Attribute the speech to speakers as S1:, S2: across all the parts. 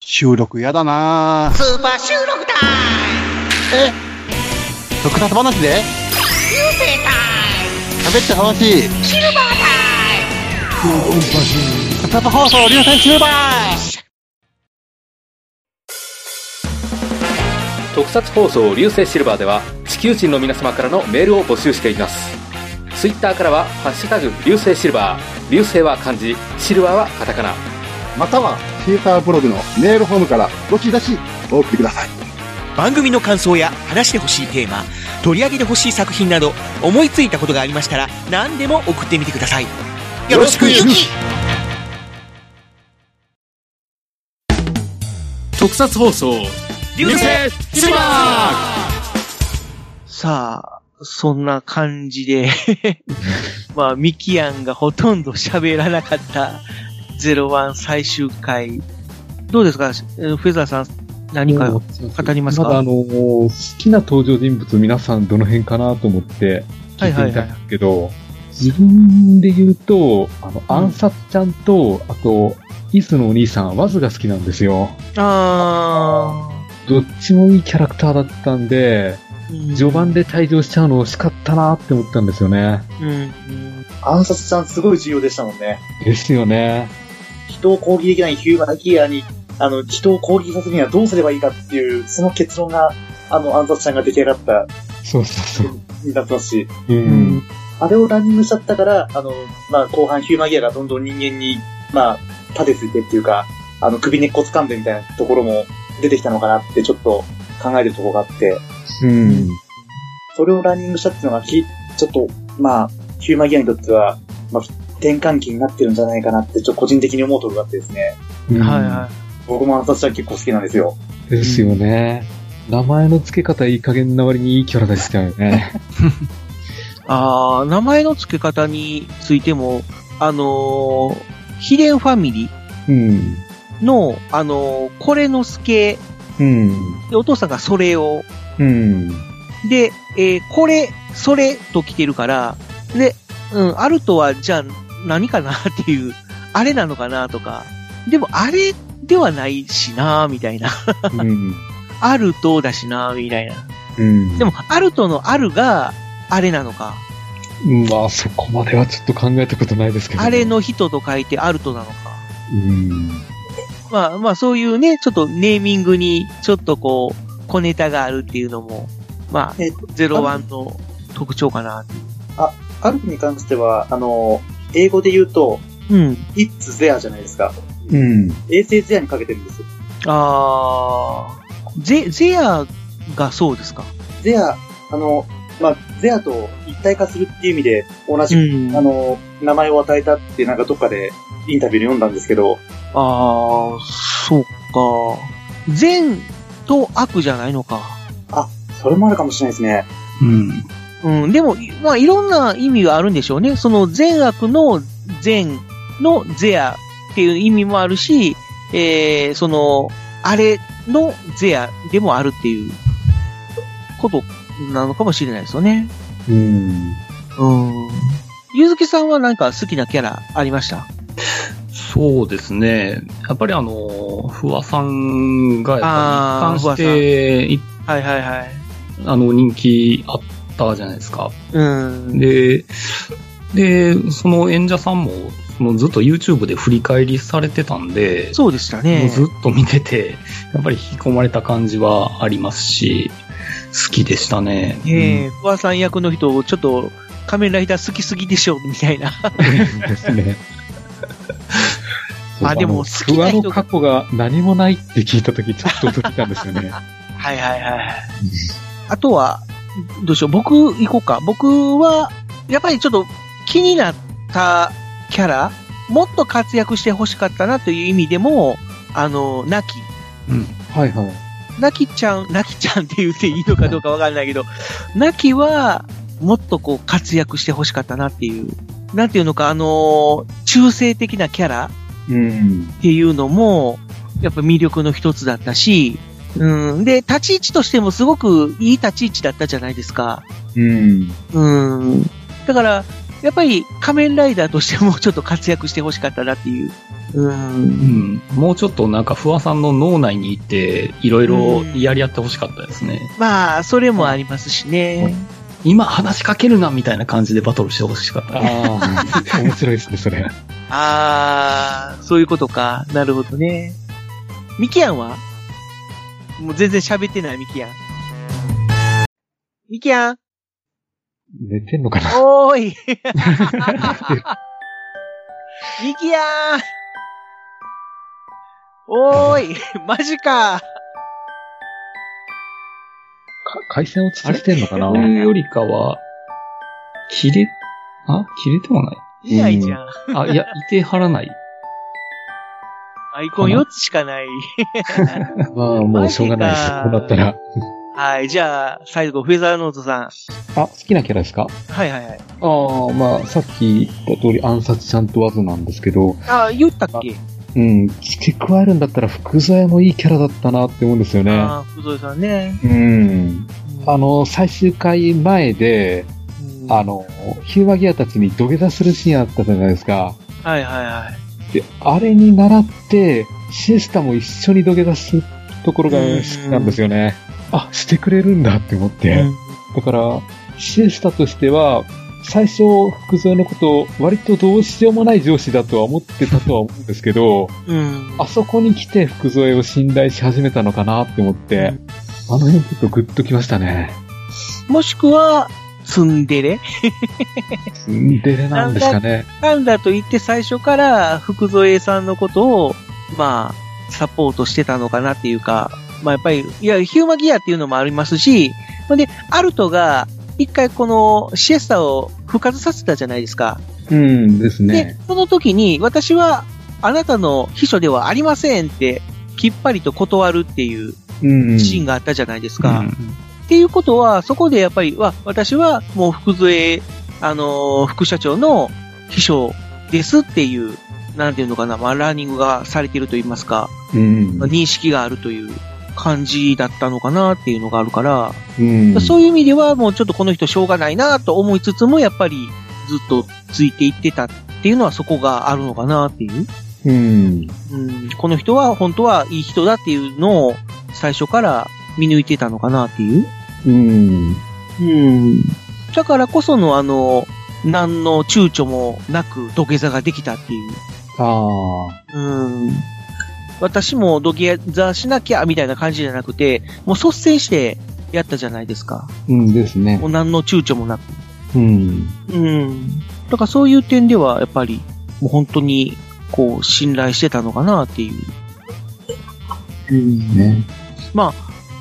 S1: 収録やだなぁ。
S2: スーパー収録タイム
S1: え特撮話で
S2: 流星タイ
S1: 喋った話
S2: ムシルバータ
S1: 特撮放送流星中盤
S3: 特撮放送流星シルバーでは地球人の皆様からのメールを募集していますツイッターからは「ハッシュタグ流星シルバー」流星は漢字シルバーはカタカナ
S1: または、シーサーブログのメールフォームからどしどしお送りください。
S4: 番組の感想や話してほしいテーマ取り上げてほしい作品など思いついたことがありましたら何でも送ってみてくださいよろしく
S2: イムキ
S3: 特撮放送
S4: 流星
S3: シルバー
S5: さあ、そんな感じで、 まあ、ミキアンがほとんど喋らなかった01最終回。どうですかえーフェザーさん、何か語りますか
S6: まだあのー好きな登場人物皆さんどの辺かなと思って聞いてみたいんですけど、自分で言うと、あの、暗殺ちゃんと、あと、イスのお兄さん、ワズが好きなんですよ。
S5: あ
S6: どっちもいいキャラクターだったんで、
S5: ーうん
S6: 序盤で退場しちゃうの惜しかったなって思ったんですよね。
S5: うん。
S7: 暗殺ちゃんすごい重要でしたもんね。
S6: ですよね。
S7: 人を攻撃できないヒューマンヒーラーに、あの、人を攻撃させるにはどうすればいいかっていう、その結論が、あの、暗殺ちゃんが出来上がった、
S6: そうそうそう。
S7: になってますし、
S6: う。
S5: うんん。
S7: あれをランニングしちゃったから、あの、まあ、後半ヒューマンギアがどんどん人間に、まあ、盾ついてっていうか、あの、首根っこ掴んでみたいなところも出てきたのかなってちょっと考えるところがあって、
S6: うん。
S7: それをランニングしたっていうのが、きちょっと、まあ、ヒューマンギアにとっては、まあ、転換期になってるんじゃないかなって、ちょっと個人的に思うところがあってですね、
S6: うん
S5: はいは
S7: 僕も暗殺者結構好きなんですよ。
S6: ですよね。名前の付け方いい加減な割にいいキャラでしたよね。
S5: い。ああ、名前の付け方についても、あのー秘伝ファミリ
S6: うん。
S5: ーの、あのーこれの助、
S6: うん。
S5: でお父さんがそれを、
S6: うん。
S5: で、えーこれ、それと来てるから、で、うん、あるとは、じゃあ、何かなっていう、あれなのかなとか、でも、あれではないしなみたいな。
S6: うん。
S5: あるとだしなみたいな。
S6: うん。
S5: でも、あるとのあるが、あれなのか。
S6: まあ、そこまではちょっと考えたことないですけど。
S5: あれ。の人と書いて、あるとなのか。
S6: うん。
S5: まあまあ、そういうね、ちょっとネーミングに、ちょっとこう、小ネタがあるっていうのも、まあ、
S7: え
S5: 01の特徴かな。
S7: アルフに関しては、あの、英語で言うと、
S5: うん。
S7: It's there じゃないですか。
S6: うん。
S7: 衛星 there にかけてるんですよ。
S5: あー、ゼ、ゼアがそうですか
S7: there、あの、まあ、there と一体化するっていう意味で、同じ、
S5: ん
S7: あの、名前を与えたってなんかどっかでインタビューで読んだんですけど、
S5: あー、そうか。善と悪じゃないのか。
S7: それもあるかもしれないですね。
S1: うん。
S5: うん、でも、いまあ、いろんな意味があるんでしょうね。その善悪の善のゼアっていう意味もあるし、えー、その、あれのゼアでもあるっていうことなのかもしれないですよね。
S6: うん。
S5: うん。ゆずきさんはなんか好きなキャラありました
S8: そうですね。やっぱりあの、不破さんがやっぱり一貫して、い
S5: はいはいはい。
S8: あの、人気あったじゃないですか。
S5: うん。
S8: で、で、その演者さんも、そのずっと YouTube で振り返りされてたんで、
S5: そうでした
S8: もう
S5: ね。
S8: ずっと見てて、やっぱり引き込まれた感じはありますし、好きでしたね。
S5: ええ、不破さん役の人、ちょっと仮面ライダー好きすぎでしょ、みたいな。
S6: ですね。
S5: あでも
S6: の
S5: 好きな人
S6: 不破の過去が何もないって聞いたとき、ちょっと驚いたんですよね。
S5: はいはいはい。あとは、どうしよう、僕行こうか。僕は、やっぱりちょっと気になったキャラ、もっと活躍してほしかったなという意味でも、あの、ナキ。
S6: はいはい。
S5: ナキちゃん、ナキちゃんって言っていいのかどうかわかんないけど、ナキは、もっとこう活躍してほしかったなっていう。なんていうのか、あの中性的なキャラ
S6: うん。
S5: っていうのも、やっぱ魅力の一つだったし、うん、で、立ち位置としてもすごくいい立ち位置だったじゃないですか。
S6: うん。
S5: うん。だから、やっぱり仮面ライダーとしてもうちょ っと活躍してほしかったなっていう。う。
S8: うんん。もうちょっとなんか、不破さんの脳内に行って、いろいろやり合ってほしかったですね。
S5: まあ、それもありますしね。
S8: 今話しかけるな、みたいな感じでバトルしてほしかった。
S6: ああ、面白いですね、それ。
S5: あー、そういうことか。なるほどね。ミキヤンはもう全然喋ってないミキヤン。ミキヤン
S6: 寝てんのかな
S5: おー いミキヤーンおーいマジか
S6: か回線落ち着いてんのかな
S8: それよりかは、切れ、あ切れては ない。
S5: いないじゃん。
S8: あ、いや、いてはらない。
S5: アイコン4つしか ない。
S6: まあ、もうしょうがないです。
S5: マジか
S6: こうなったら。
S5: はい、じゃあ、最後、フェザーノートさん。
S6: あ、好きなキャラですか
S5: はいはいはい。
S6: ああ、まあ、さっき言った通り暗殺ちゃんとわずなんですけど、
S5: あ、言ったっけ
S6: うん、付け加えるんだったら福沢もいいキャラだったなって思うんですよね。
S5: あー、不動さんね。
S6: うん。あ
S5: の、
S6: の、最終回前で、
S5: うん
S6: あの、ヒューマギアたちに土下座するシーンあったじゃないですか。
S5: はいはいはい。
S6: で、あれに倣って、シエスタも一緒に土下座するところが好きなんですよね。あ、してくれるんだって思って。だから、シエスタとしては、最初、福蔵のこと、割とどうしようもない上司だとは思ってたとは思うんですけど、
S5: うん。
S6: あそこに来て福蔵を信頼し始めたのかなって思って、あの辺ちょっとグッときましたね。
S5: もしくは、ツンデレ
S6: 出れなんですかね。
S5: なんだと言って最初から福添さんのことを、まあ、サポートしてたのかなっていうか、まあやっぱり、いや、ヒューマギアっていうのもありますし、ほんで、アルトが、一回このシエスタを復活させたじゃないですか。
S6: うんです
S5: で。、その時に、私はあなたの秘書ではありませんって、きっぱりと断るっていう
S6: うん。
S5: シーンがあったじゃないですか。
S8: うん
S5: っていうことは、そこでやっぱり、わ私はもう福添、あのー副社長の秘書ですっていう、なんていうのかな、まあ、ラーニングがされていると言いますか、
S6: うん
S5: まあ。認識があるという感じだったのかなっていうのがあるから、
S6: うん。
S5: そういう意味ではもうちょっとこの人しょうがないなと思いつつも、やっぱりずっとついていってたっていうのはそこがあるのかなっていう。
S6: うん。
S5: うん、この人は本当はいい人だっていうのを最初から見抜いてたのかなっていう。
S6: うん。
S5: うん。だからこその、あの、何の躊躇もなく土下座ができたっていう。
S6: あ
S5: うん。私も土下座しなきゃみたいな感じじゃなくて、もう率先してやったじゃないですか。
S6: ー。うんですね
S5: も。う何の躊躇もなく。
S6: うん。
S5: うん。だからそういう点では、やっぱり、もう本当に、こう、信頼してたのかなっていう。
S6: うん。ね。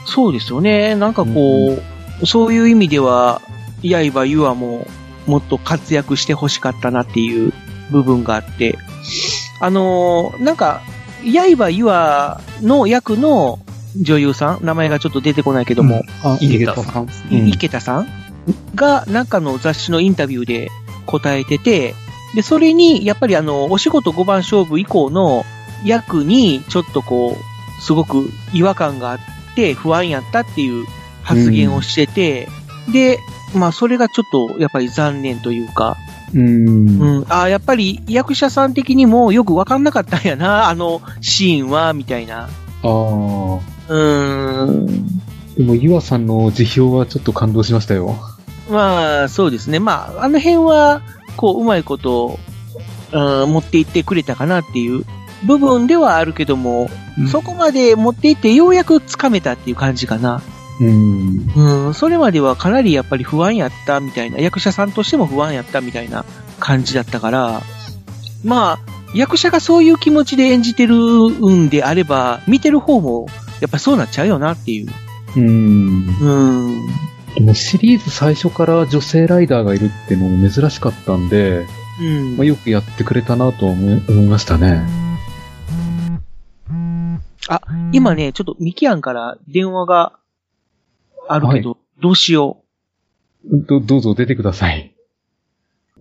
S5: そうですよね。なんかこう、そういう意味では、刃ゆあも、もっと活躍してほしかったなっていう部分があって、あのーなんか、刃ゆあの役の女優さん、名前がちょっと出てこないけども、
S6: あ、
S8: いい
S6: け
S8: け
S6: た
S8: た
S6: か。うん
S5: 池田さんが、なんかの雑誌のインタビューで答えてて、で、それに、やっぱりあの、お仕事5番勝負以降の役に、ちょっとこう、すごく違和感があって、不安やったっていう発言をしてて、で、まあ、それがちょっと、やっぱり残念というか、
S6: うん。
S5: うん、ああ、やっぱり役者さん的にもよくわかんなかったんやな、あのシーンは、みたいな。
S6: ああ。
S5: うーん。
S6: でも、ゆあさんの辞表はちょっと感動しましたよ。
S5: まあ、そうですね。まあ、あの辺は、こう、うまいこと、うん、持っていってくれたかなっていう部分ではあるけども、
S8: うん
S5: そこまで持っていってようやくつかめたっていう感じかな。
S6: うん。
S5: うん、それまではかなりやっぱり不安やったみたいな、役者さんとしても不安やったみたいな感じだったから、まあ、役者がそういう気持ちで演じてるんであれば、見てる方も、やっぱそうなっちゃうよなっていう。
S6: うん。
S5: うん。
S6: でもシリーズ最初から女性ライダーがいるっていうのも珍しかったんで、
S5: うん
S6: まあ、よくやってくれたなとは思い思いましたね。
S5: 今ね、ちょっとミキアンから電話があるけど、どうしよ
S6: どどうぞ出てください。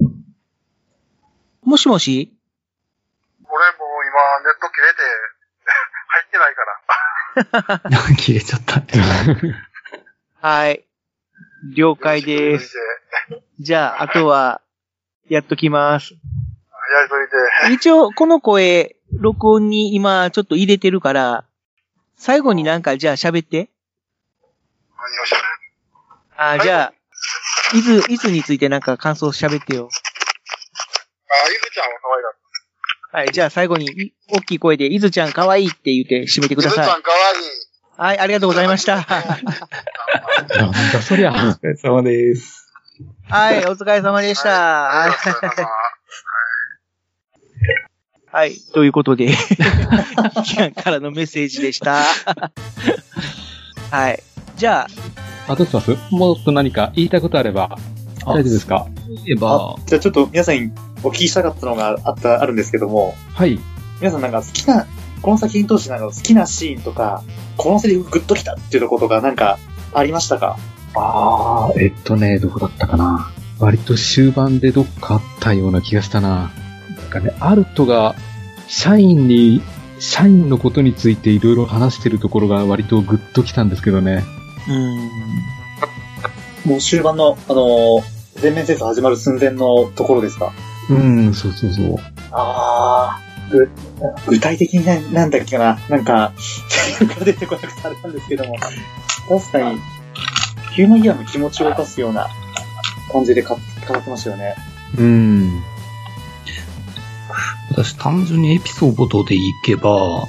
S5: う。もしもし
S9: 俺もう今、ネット切れて、入ってないから。
S8: 切れちゃっ た。
S5: はい。了解です。じゃあ、あとは、やっときます。
S9: やりといて。
S5: 一応、この声、録音に今ちょっと入れてるから、最後になんかじゃあ喋って。
S9: 何をしゃべる
S5: あーじゃあ、いつ、いつについてなんか感想喋ってよ。
S9: あ、ゆずちゃんは可愛かっ
S5: はい、じゃあ最後に、い大きい声で、いずちゃん可愛いって言って締めてく
S9: た。ゆ
S5: だ
S9: ずち
S5: さ
S9: ゃ
S5: い。
S9: ん可愛い。
S5: はい、ありがとうございました。
S6: なんだそりゃ。
S7: お疲れ様です。
S5: はい、お疲れ様でした。
S9: あり
S5: はい
S9: がとうございます。
S5: はい、ということで、イキャンからのメッセージでした。はい。じゃ
S6: あ、どうしますもっと何か言いたいことあれば、大丈夫ですか
S8: 言えば、
S7: じゃあちょっと皆さんにお聞きしたかったのがあった、あるんですけども、
S6: はい。
S7: 皆さんなんか好きな、この作品通してなんか好きなシーンとか、このセリフグッときたっていうとことかなんかありましたか
S6: あー、えっとね、どこだったかな。割と終盤でどっかあったような気がしたな。なんかね、アルトが社員に、社員のことについていろいろ話してるところが割とグッときたんですけどね。
S5: あ、うん。
S7: もう終盤の、あのー全面戦争始まる寸前のところですか
S6: うん、そうそうそう。
S7: あー、ぐ、具体的にななんだっけななんか、セリフが出てこなくてあれなんですけども、確かに、ヒューマンギアの気持ちを動かすような感じで語語ってましたよね。
S6: うん。
S8: 私単純にエピソードでいけば、。
S5: は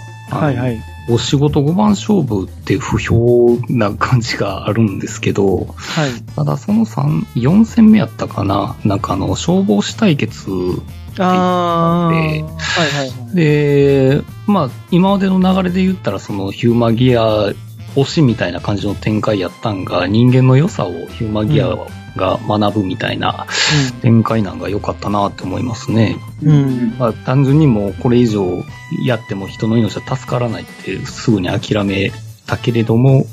S5: いはいい。
S8: お仕事5番勝負って不評な感じがあるんですけど、
S5: はい。
S8: ただその3、4戦目やったかななんかあの、消防士対決
S5: ああ。はいはいはい。
S8: で、まあ、今までの流れで言ったら、そのヒューマギア推しみたいな感じの展開やったんが、人間の良さをヒューマギアが学ぶみたいな展開なんが良かったなって思いますね。
S5: うん。
S8: まあ、単純にもうこれ以上やっても人の命は助からないってすぐに諦めたけれども、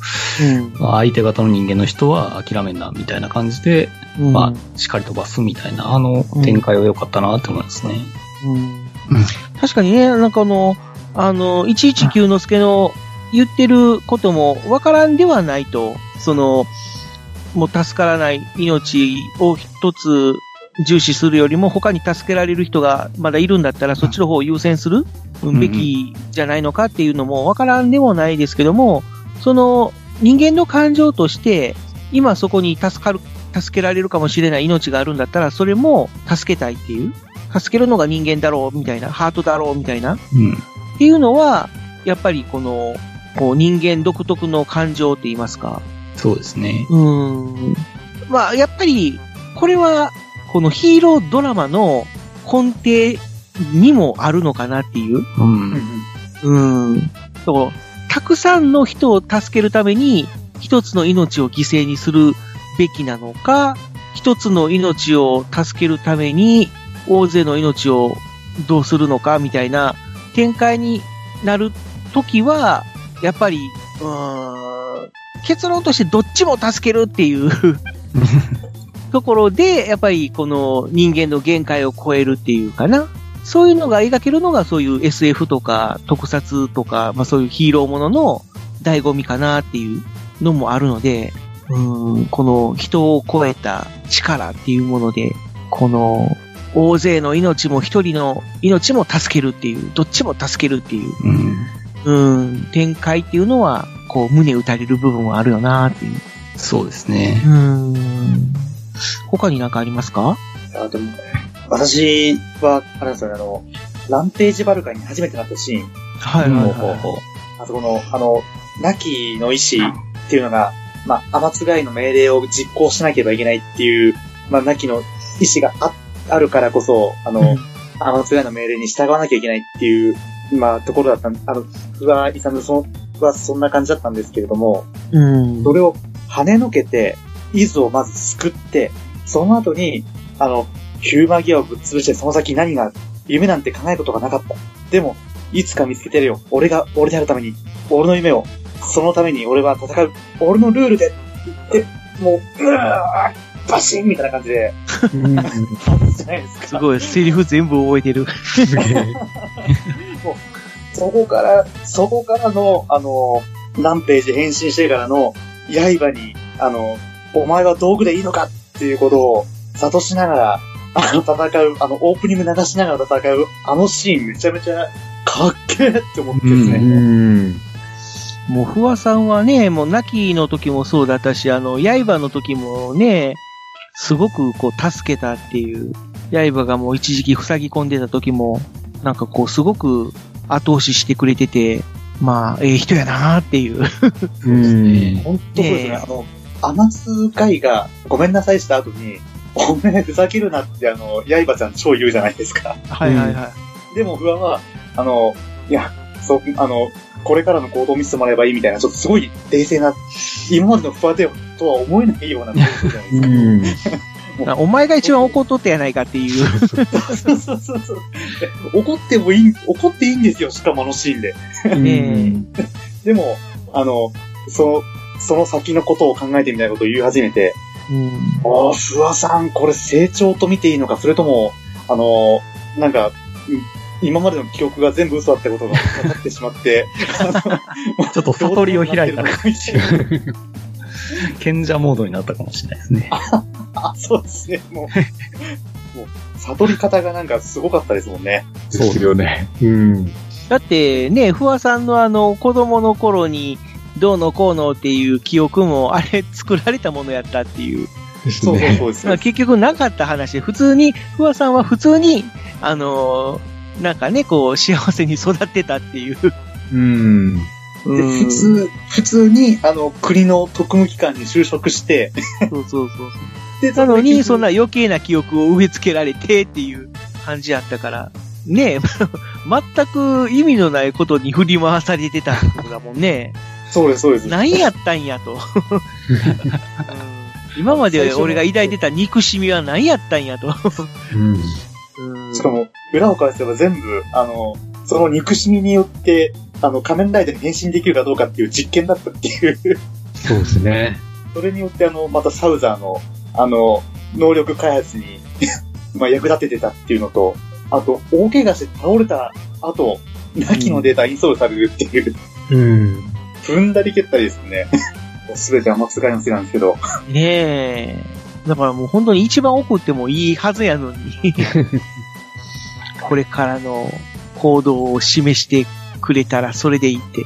S8: まあ相手方の人間の人は諦めんなみたいな感じで、
S5: うん。
S8: まあ、しっかり飛ばすみたいな、あの展開は良かったなって思いますね。
S5: うん。確かにね、なんかあの、あの、119の助の言ってることもわからんではないと、その、もう助からない命を一つ重視するよりも他に助けられる人がまだいるんだったらそっちの方を優先する
S8: ん
S5: べきじゃないのかっていうのもわからんでもないですけども、その人間の感情として今そこに助かる、助けられるかもしれない命があるんだったらそれも助けたいっていう、助けるのが人間だろうみたいな、ハートだろうみたいな、
S8: うん。
S5: っていうのは、やっぱりこの、こう人間独特の感情って言いますか。
S8: そうですね。
S5: うーん。まあ、やっぱり、これは、このヒーロードラマの根底にもあるのかなっていう。
S8: うん。
S5: うん。そう。たくさんの人を助けるために、一つの命を犠牲にするべきなのか、一つの命を助けるために、大勢の命をどうするのか、みたいな展開になるときは、やっぱり、うーん、結論としてどっちも助けるっていう ところで、やっぱりこの人間の限界を超えるっていうかな。そういうのが描けるのがそういう SF とか特撮とか、まあそういうヒーローものの醍醐味かなっていうのもあるので、うん、この人を超えた力っていうもので、この大勢の命も一人の命も助けるっていう、どっちも助けるっていう、
S8: うん。
S5: うん、展開っていうのは、こう胸打たれる部分はあるよなっていう。
S8: そうですね。
S5: うん。他になんかありますか
S7: いや、でも、私は、あれなんですよね、あの、ランページバルカに初めてなったシーン、
S5: は
S8: ほうほうほう
S7: あそこの、あの、亡きの意志っていうのが、まあ、天津貝の命令を実行しなければいけないっていう、まあ、亡きの意志があ、あるからこそ、あの、天津貝の命令に従わなきゃいけないっていう、まあ、ところだったん、あの、ふわいさむそはそんな感じだったんですけれども、
S5: うん。
S7: それを跳ねのけて、イズをまず救って、その後に、あの、ヒューマギアをぶっ潰して、その先何がある、夢なんて叶えることがなかった。でも、いつか見つけてるよ。俺が、俺であるために、俺の夢を、そのために俺は戦う。俺のルールで、って、もう、うわーバシンみたいな感じで、じゃないですか。
S5: すごい、セリフ全部覚えてる。
S6: すげえ。
S7: そこから、そこからの、あの、何ページ変身してからの、刃に、あの、お前は道具でいいのかっていうことを悟しながら、あの戦う、あの、オープニング流しながら戦う、あのシーンめちゃめちゃかっけえって思ってですね。
S6: ん。
S5: もう、不破さんはね、もう、亡きの時もそうだったし、あの、刃の時もね、すごくこう、助けたっていう、刃がもう一時期塞ぎ込んでた時も、なんかこう、すごく後押ししてくれてて、まあ、ええ人やなーっていう。
S6: うん。
S7: 本当そうです
S5: ね
S7: ね。
S5: え
S7: あの、天津会がごめんなさいした後に、おめえふざけるなってあの、刃ちゃん超言うじゃないですか。
S5: はいはいはい。
S7: でも不安は、あの、いや、そう、あの、これからの行動を見せてもらえばいいみたいな、ちょっとすごい冷静な、今までの不安ではとは思えないようなことじゃないですか。
S6: うん。
S5: なお前が一番怒っとったやないかっていう。
S7: そうそうそうそう。怒ってもいい、怒っていいんですよ、しかもあのシーンで。
S5: ね
S7: でも、あの、その、その先のことを考えてみたいなことを言い始めて、
S5: うん。
S7: ああ、不破さん、これ成長と見ていいのか、それとも、あの、なんか、い今までの記憶が全部嘘だったことが 分かってしまって、
S8: ちょっと悟りを開い
S7: ど
S8: た
S7: う
S8: ら
S7: なってるのかみたいな
S8: 賢者モードになったかもしれないですね。
S7: あ、そうですね。もう、もう悟り方がなんかすごかったですもんね。
S6: そうですよね。うん。
S5: だってね、不破さんのあの、子供の頃に、どうのこうのっていう記憶も、あれ作られたものやったっていう。
S6: です
S7: そうそう
S6: ね。
S7: そうです
S5: まあ
S7: ね。
S5: 結局なかった話で、普通に、不破さんは普通に、あのーなんかね、こう、幸せに育ってたっていう。
S6: うん。
S7: で
S5: うん
S7: 普通、普通に、あの、国の特務機関に就職して、
S5: そうそうそう。
S7: で、
S5: なのに、そん
S7: な、
S5: な余計な記憶を植え付けられてっていう感じやったから、ねえ、 全く意味のないことに振り回されてたってことだもんね。
S7: そうです、そうです。
S5: 何やったん やと。うん今まで俺が抱いてた憎しみは何やったんやと。
S6: う
S5: う
S6: ん。
S5: ん
S7: しかも、裏を返せば全部、あの、その憎しみによって、あの、仮面ライダーに変身できるかどうかっていう実験だったっていう。
S6: そうですね。
S7: それによって、あの、またサウザーの、あの、能力開発に、 まあ、役立ててたっていうのと、あと、大怪我して倒れた後、亡きのデータインストールされるっていう、
S6: うん。
S7: 踏んだり蹴ったりですね。 すべては間違いのせいなんです けど。
S5: ねえ。だからもう本当に一番送ってもいいはずやの に。これからの行動を示してくれたらそれでいいって。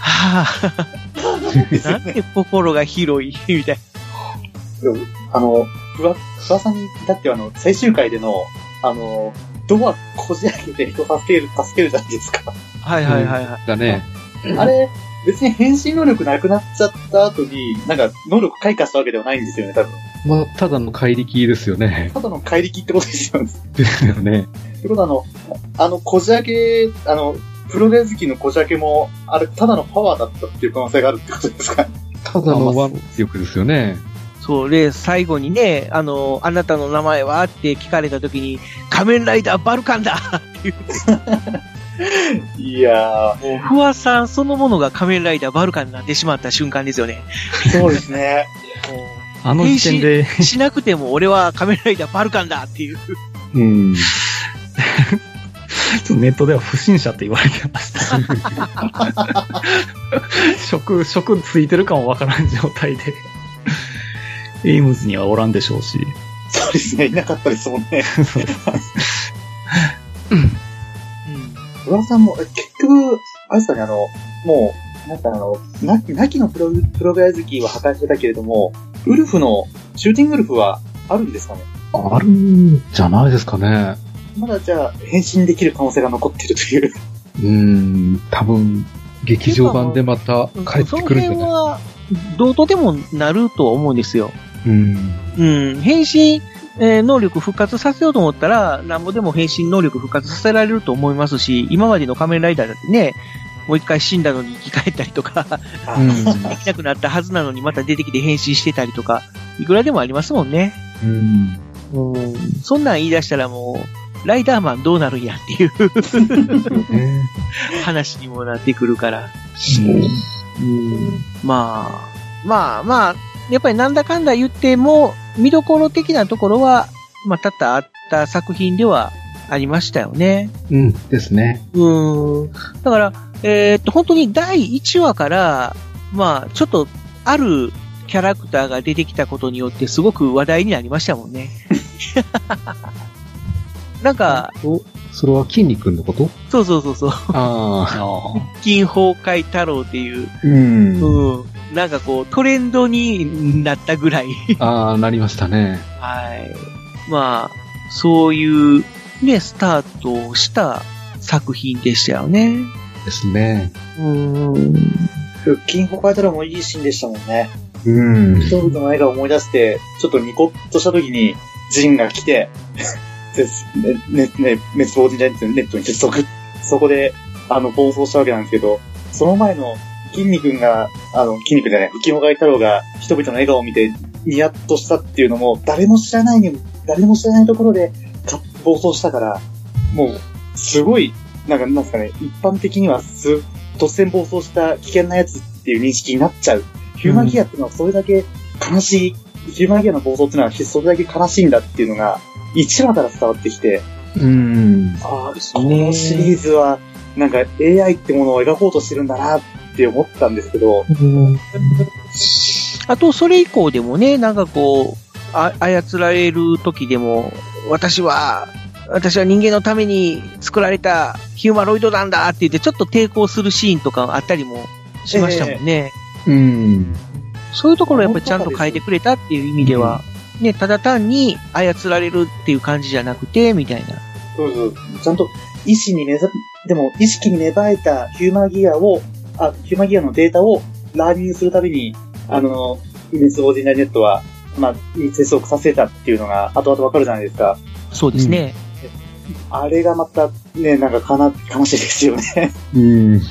S5: はあ、なんて心が広い、みたい
S7: あの、ふわ、ふわさんに、だってあの、最終回での、あの、ドアこじ開けて人助ける、助けるじゃないですか。
S5: な。はいはいはいはい。
S6: だね。
S7: あれ、別に変身能力なくなっちゃった後に、なんか、能力開花したわけではないんですよね、多分。
S6: まあ、ただの怪力ですよね。
S7: ただの怪力ってことですよね。
S6: ですよ ね。
S7: ってことは、あの、あの、こじ開け、あの、プロレス機のこじ開けも、あれ、ただのパワーだったっていう可能性があるってことですかね。
S6: ただのワン力ですよね。
S5: そう、で、最後にね、あの、あなたの名前はって聞かれた時に、仮面ライダーバルカンだ
S7: いやー、
S5: フワさんそのものが仮面ライダーバルカンになってしまった瞬間ですよね。
S7: そうですね。
S8: あの時点で、
S5: しなくても俺は仮面ライダーバルカンだっていう。
S6: うん。
S8: ちょっとネットでは不審者って言われてま した。食、食ついてるかもわからん状態で。エイムズにはおらんでしょうし。
S7: そうですね、いなかったですもんね。小川さんも、え結局、あれですかね、あの、もう、なんかあの、なき、なきのプロ、プログラズキーは破壊してたけれども、ウルフの、シューティングウルフはあるんですかね
S6: あるんじゃないですかね。
S7: まだじゃあ、変身できる可能性が残ってるという。
S6: うん。多分、劇場版でまた帰ってくるんじゃ
S5: その辺
S6: ない
S5: は、どうとでもなるとは思うんですよ。
S6: うん。
S5: うん。変身、えー能力復活させようと思ったら、なんぼでも変身能力復活させられると思いますし、今までの仮面ライダーだってね、もう一回死んだのに生き返ったりとか、 できなくなったはずなのにまた出てきて変身してたりとか、いくらでもありますもんね。
S6: うん。
S5: うん。そんなん言い出したらもう、ライダーマンどうなるんやっていう
S6: ね
S5: 話にもなってくるから。
S6: そう
S5: まあ、まあまあ、やっぱりなんだかんだ言っても、見どころ的なところは、まあ、多々あった作品ではありましたよね。
S6: うん。ですね。
S5: うーん。だから、えーっと、本当に第1話から、まあ、ちょっと、あるキャラクターが出てきたことによって、すごく話題になりましたもんね。なんか、
S6: おそれは筋肉のこと
S5: そうそうそうそう、
S6: ああ。
S8: あ
S5: 金崩壊太郎っていう、
S6: う
S5: う
S6: ん。
S5: ん、なんかこう、トレンドになったぐらい。
S6: ああ、なりましたね。
S5: はい。まあ、そういう、ね、スタートをした作品でしたよね。
S6: ですね。
S5: うん。
S7: 腹筋崩壊たらもいいシーンでしたもんね。
S6: うん。
S7: 人々の絵が思い出して、ちょっとニコッとした時に、ジンが来て、 絶ね、ね、ね、滅亡人ジャイアンツのネットに接続。そこで、あの、暴走したわけなんですけど、その前の、筋肉が、あの、筋肉じゃない、腹筋崩壊太郎が人々の笑顔を見て、ニヤッとしたっていうのも、誰も知らないにも、誰も知らないところで、か暴走したから、もう、すごい、なんか、なんですかね、一般的にはす、突然暴走した危険なやつっていう認識になっちゃう。ヒューマンギアっていうのはそれだけ悲しい、ヒューマンギアの暴走っていうのはそれだけ悲しいんだっていうのが、1話から伝わってきて、
S6: うん。
S7: ああ、このシリーズは、なんか AI ってものを描こうとしてるんだなって思ったんですけど、
S5: あと、それ以降でもね、なんかこう、あ操られる時でも、私は、私は人間のために作られたヒューマロイドなんだって言って、ちょっと抵抗するシーンとかあったりもしましたもんね。
S6: うん。
S5: そういうところをやっぱりちゃんと変えてくれたっていう意味では、ね、ただ単に操られるっていう感じじゃなくて、みたいな。
S7: そうそうちゃんと意思に目ざ、でも意識に芽生えたヒューマンギアを、あヒューマンギアのデータをラーニングするたびに、あの、滅亡人ダイネットは、まあ、に接続させたっていうのが後々わかるじゃないですか。
S5: そうですね。
S7: あれがまたね、なんかかな、悲しいですよね。
S6: うん。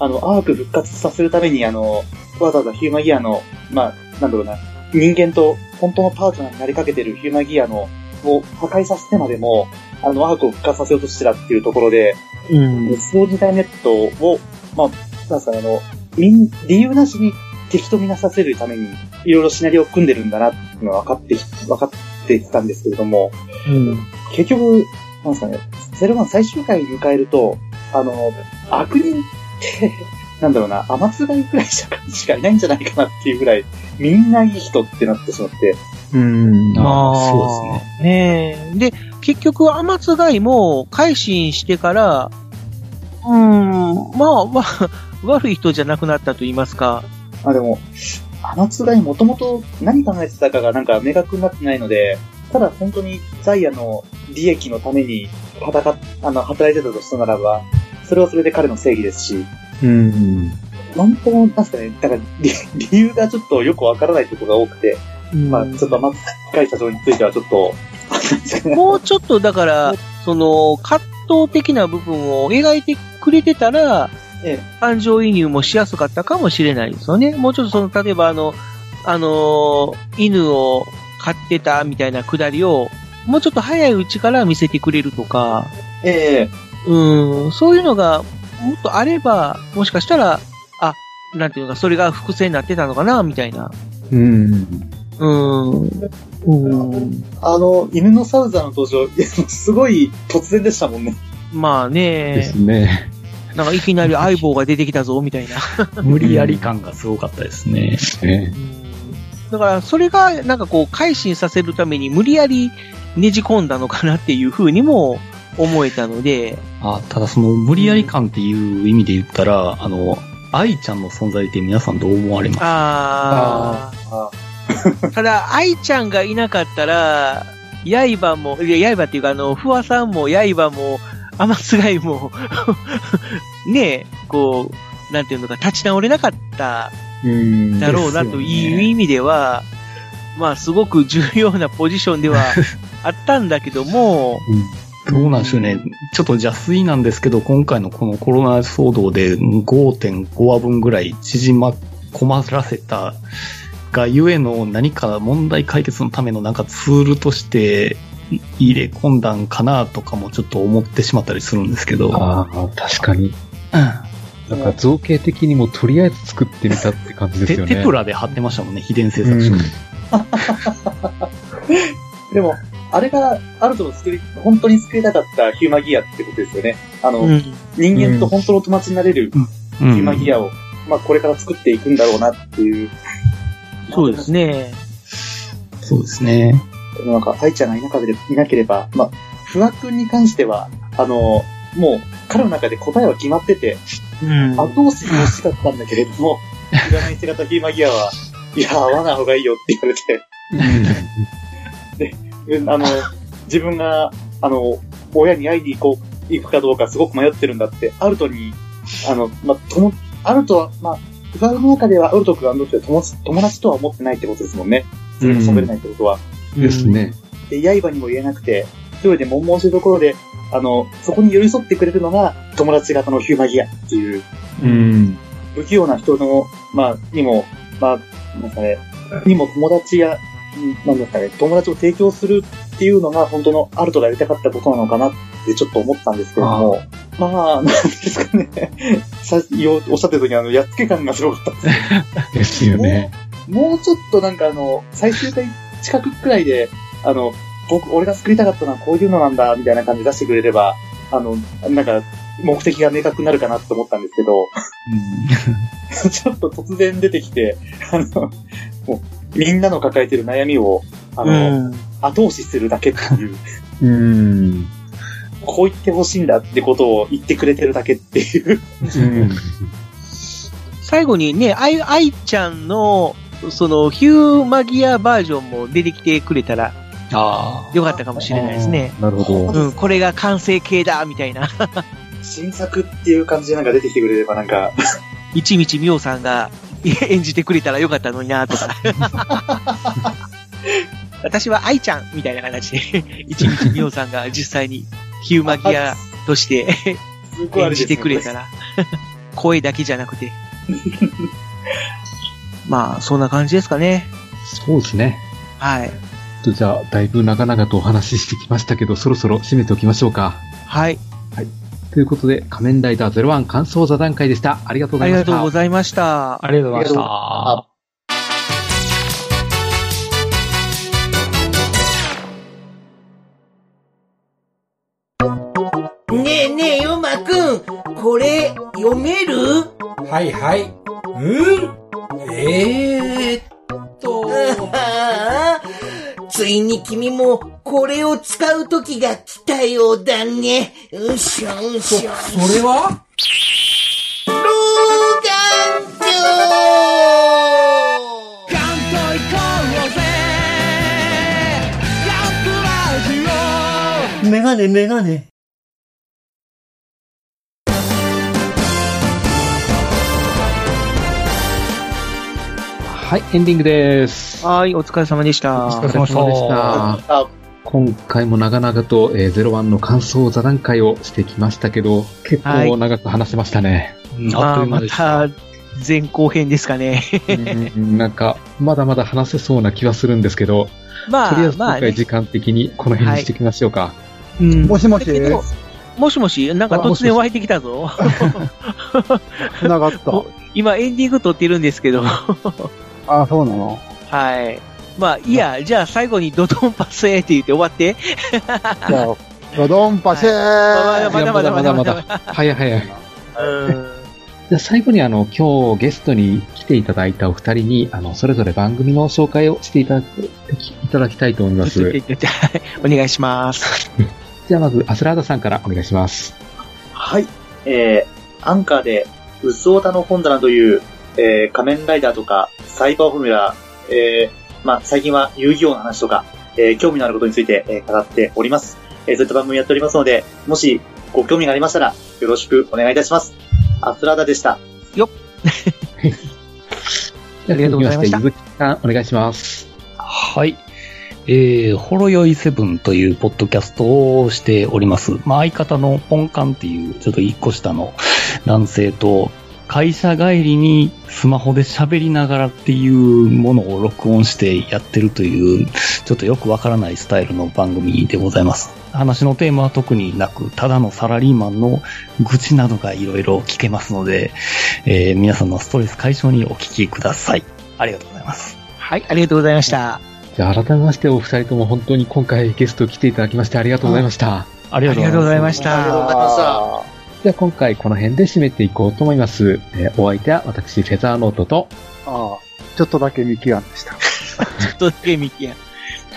S7: あの、アーク復活させるために、あの、わざわざヒューマンギアの、まあ、なんだろうな、人間と本当のパートナーになりかけてるヒューマンギアの、を破壊させてまでも、あの、アークを復活させようとしてたっていうところで、
S5: うん。
S7: 滅亡時代ネットを、まあ、なんすかね、あの、みん、理由なしに敵とみなさせるために、いろいろシナリオを組んでるんだなっていうのは分かってき、分かってきたんですけれども、結局、なんですかね、ゼロワン最終回迎えると、あの、悪人って、 なんだろうな、甘つがいくらいしかしかいないんじゃないかなっていうぐらい、みんないい人ってなってしまって、
S6: うん。
S8: あそうですね。
S5: すね。ねえ。で、結局、アマツガイも、改心してから、うーん、まあ、 わ悪い人じゃなくなったと言いますか。
S7: あ、でも、あのつがいもともと何考えてたかがなんか明確になってないので、ただ本当にザイアの利益のために戦っ、あの、働いてたとしたならば、それはそれで彼の正義ですし、
S6: うん。
S7: なんとも、なんすかね、だから理 理由がちょっとよくわからないところが多くて、まあ、ちょっとまず、深い社長についてはちょっと、
S5: もうちょっと、だから、その、葛藤的な部分を描いてくれてたら、
S7: え
S5: 感情移入もしやすかったかもしれないですよね。もうちょっとその、例えばあの、あのー犬を飼ってたみたいなくだりを、もうちょっと早いうちから見せてくれるとか、
S7: え、 ええ、
S5: うん、そういうのが、もっとあれば、もしかしたら、あ、なんていうのか、それが伏線になってたのかな、みたいな。
S6: うん。
S5: うん。うん。
S7: あの、犬のサウザーの登場、 いやすごい突然でしたもんね。
S5: まあ
S6: で
S5: ね
S6: す、ね。
S5: なんかいきなり相棒が出てきたぞ、みたいな。
S8: 無理やり感がすごかったですね。
S6: ね
S5: だから、それが、なんかこう、改心させるために無理やりねじ込んだのかなっていう風にも思えたので、
S8: あただその無理やり感っていう意味で言ったら、あの、愛ちゃんの存在って皆さんどう思われます
S5: あ
S7: あ
S5: ー。ただ、愛ちゃんがいなかったら、刃も、いや、刃っていうか、あの、不破さんも、刃も、甘すがいも、 ねえ、こう、なんていうのか、立ち直れなかった
S6: うん。
S5: だろうなという意味では、まあ、すごく重要なポジションではあったんだけども、
S8: どうなんでしょうね。ちょっと邪推なんですけど、今回のこのコロナ騒動で5.5話分ぐらい縮ま、困らせたがゆえの何か問題解決のためのなんかツールとしてい入れ込んだんかなとかもちょっと思ってしまったりするんですけど。
S6: ああ、確かに。
S8: うん
S6: なんか造形的にもとりあえず作ってみたって感じです
S8: テ
S6: よね。
S8: テプラで貼ってましたもんね、秘伝製
S6: う
S8: 作所。
S6: ん。
S7: でも、あれがある程度作り、本当に作りたかったヒューマギアってことですよね。あの、
S5: うん
S7: 人間と本当の友達になれる
S8: うん
S7: ヒューマギアを、まあこれから作っていくんだろうなっていう。
S5: そうですね。
S8: そうですね。
S7: でもなんか、愛ちゃんがいなかれいなければ、まあ、不破君に関しては、あの、もう、彼の中で答えは決まってて、
S5: うん。
S7: 後押しも欲しかったんだけれど も、占いして方ヒーマギアは、いや、会わない方がいいよって言われて、うんあの、自分が、あの、親に会いに行こう、行くかどうかすごく迷ってるんだって、アルトに、あの、まあ、とも、アルトは、まあ、歌の中ではアルト君はどうして友達友達とは思ってないってことですもんね。それが喋れないってことは。
S6: ですね。
S7: で、刃にも言えなくて、一人で悶々してるところで、あの、そこに寄り添ってくれるのが、友達型のヒューマギアっていう、
S6: うん。
S7: 不器用な人の、まあ、にも、まあ、なんですかね、にも友達や、んなんですかね、友達を提供するっていうのが、本当のアルトがやりたかったことなのかなってちょっと思ったんですけれども、まあ、なんですかね、 さようおっしゃってる時にあの、やっつけ感がすごかったんです
S6: ですよね。
S7: けど、もうちょっとなんかあの、最終回近くくらいで、あの、僕、俺が作りたかったのはこういうのなんだ、みたいな感じで出してくれれば、あの、なんか、目的が明確になるかなと思ったんですけど、 ちょっと突然出てきて、あの、もう、みんなの抱えてる悩みを、あの、
S5: うん。
S7: 後押しするだけっていう、
S6: うん。
S7: こう言ってほしいんだってことを言ってくれてるだけっていう。
S6: うん。
S5: 最後にね、あい、あいちゃんの、その、ヒューマギアバージョンも出てきてくれたら
S8: あ
S5: よかったかもしれないですね。
S6: なるほど。
S5: うん、これが完成形だ、みたいな。
S7: 新作っていう感じでなんか出てきてくれればなんか、
S5: 一道みょうさんが演じてくれたらよかったのにな、と か。私は愛ちゃん、みたいな形で、一道みょうさんが実際にヒューマギアとして
S7: すごいあ
S5: 演
S7: れ
S5: じてくれた ら、声だけじゃなく て。まあ、そんな感じですかね。
S6: そうですね。
S5: はい。
S6: とじゃあ、だいぶ長々とお話ししてきましたけど、そろそろ締めておきましょうか。
S5: はい。
S6: ということで、仮面ライダー01感想座談会でした。ありがとうご
S5: あり
S6: ざいま
S5: が
S6: し
S5: とう
S6: た
S5: ご。ざいました
S8: あ。。ありがとうございま
S7: あ
S8: し
S7: りがとうご
S8: た。
S10: ねえねえ、ヨマくん、これ、読める
S11: はいはい。うんえーっと、
S10: ああ ついに君も、これを使う時が来たようだね。うしょう
S11: そ、そ
S10: し
S11: れ
S10: ょ。
S11: は
S10: 老眼鏡メガネメガネ。
S6: はい、エンディングです。
S5: はい、お疲れ様でした。
S8: お疲れ様でした
S6: お疲れ様でした
S7: あ、
S6: 今回も長々と、えー、01の感想座談会をしてきましたけど、結
S5: はい
S6: 構長く話せましたね。
S8: うんあっ
S5: ま
S8: とい
S5: あ、ま
S8: う間でした。
S5: た、前後編です かね。
S6: うんなんか、まだまだ話せそうな気はするんですけど、
S5: ま
S6: とりあえ
S5: あ、
S6: ず
S5: ま
S6: 今
S5: あ、
S6: 回
S5: ね、
S6: 時間的にこの辺にしていきましょうか。
S5: うん
S1: もしもし
S5: だけどもしもし、なんか突然湧いてきたぞ。
S1: 繋が った。
S5: 今エンディング撮ってるんですけど。
S1: あ、そうなの
S5: はい。まあ、いいや、じゃあ最後にドドンパスへって言って終わ って。
S1: じゃあ、ドドンパシェー
S5: まだまだまだまだまだ
S6: 早い早い。
S5: うん。
S6: じゃあ最後にあの、今日ゲストに来ていただいたお二人に、あの、それぞれ番組の紹介をしていただく、いただきたいと思います。
S5: お願いします。
S6: じゃあまず、アスラーダさんからお願いします。
S7: はい。えー、アンカーで、うすおたの本棚という、えー、仮面ライダーとか、サイバーフォーミュラー、えー、まあ、最近は遊戯王の話とか、えー、興味のあることについて、えー語っております。えー、そういった番組やっておりますので、もしご興味がありましたら、よろしくお願いいたします。アスラーダでした。
S6: あ
S5: りがとうございました
S6: ゆずきさん、お願いします。
S8: はい。えー、ほろよいセブンというポッドキャストをしております。まあ、相方のポンカンっていう、ちょっと一個下の男性と、会社帰りにスマホで喋りながらっていうものを録音してやってるという、ちょっとよくわからないスタイルの番組でございます。話のテーマは特になく、ただのサラリーマンの愚痴などがいろいろ聞けますので、えー皆さんのストレス解消にお聞きください。ありがとうございます。
S5: はい、ありがとうございました。
S6: じゃあ改めましてお二人とも本当に今回ゲスト来ていただきましてありがとうございました。
S8: あり
S5: ありがとうございまし
S7: ありがとうご
S5: た。
S7: ざいました。
S6: では今回この辺で締めていこうと思います。えーお相手は私、フェザーノートと、
S1: ああ、ちょっとだけミキアンでした。
S5: ちょっとだけミキアン。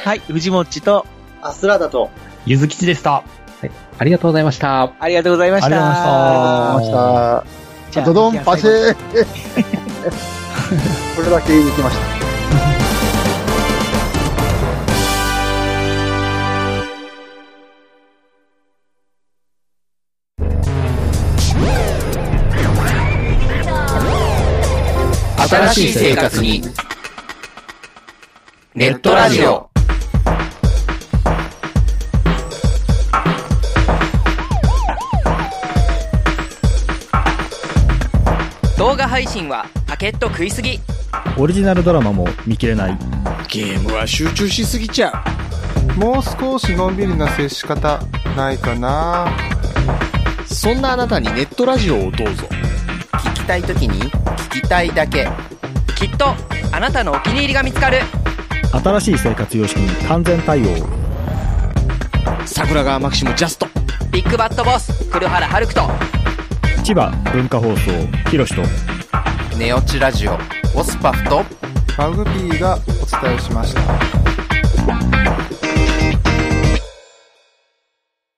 S5: はい、藤もっちと、
S12: アスラだと、
S8: ゆずきちでした。
S6: ありがとうございました。
S5: ありがとうございました。
S8: ありがとうございました
S13: ありがとうございまし
S5: じゃ
S13: た。ドド
S5: あ
S13: ンパシ
S5: じ
S13: ー これだけ言いに来ました。
S3: 新しい生活にネットラジオ
S4: 動画配信はパケット食いすぎ
S7: オリジナルドラマも見切れない。
S1: ゲームは集中しすぎちゃうもう少しのんびりな接し方ないかなそんなあなたにネットラジオをどうぞ
S4: 聞きたい時に聞きたいだけきっとあなたのお気に入りが見つかる
S7: 新しい生活様式に完全対応。
S1: 桜川マキシムジャスト
S4: ビッグバットボス黒原遥人
S7: 千葉文化放送、ひろしと。
S4: ネオチラジオオスパフと
S1: マグピーがお伝えしました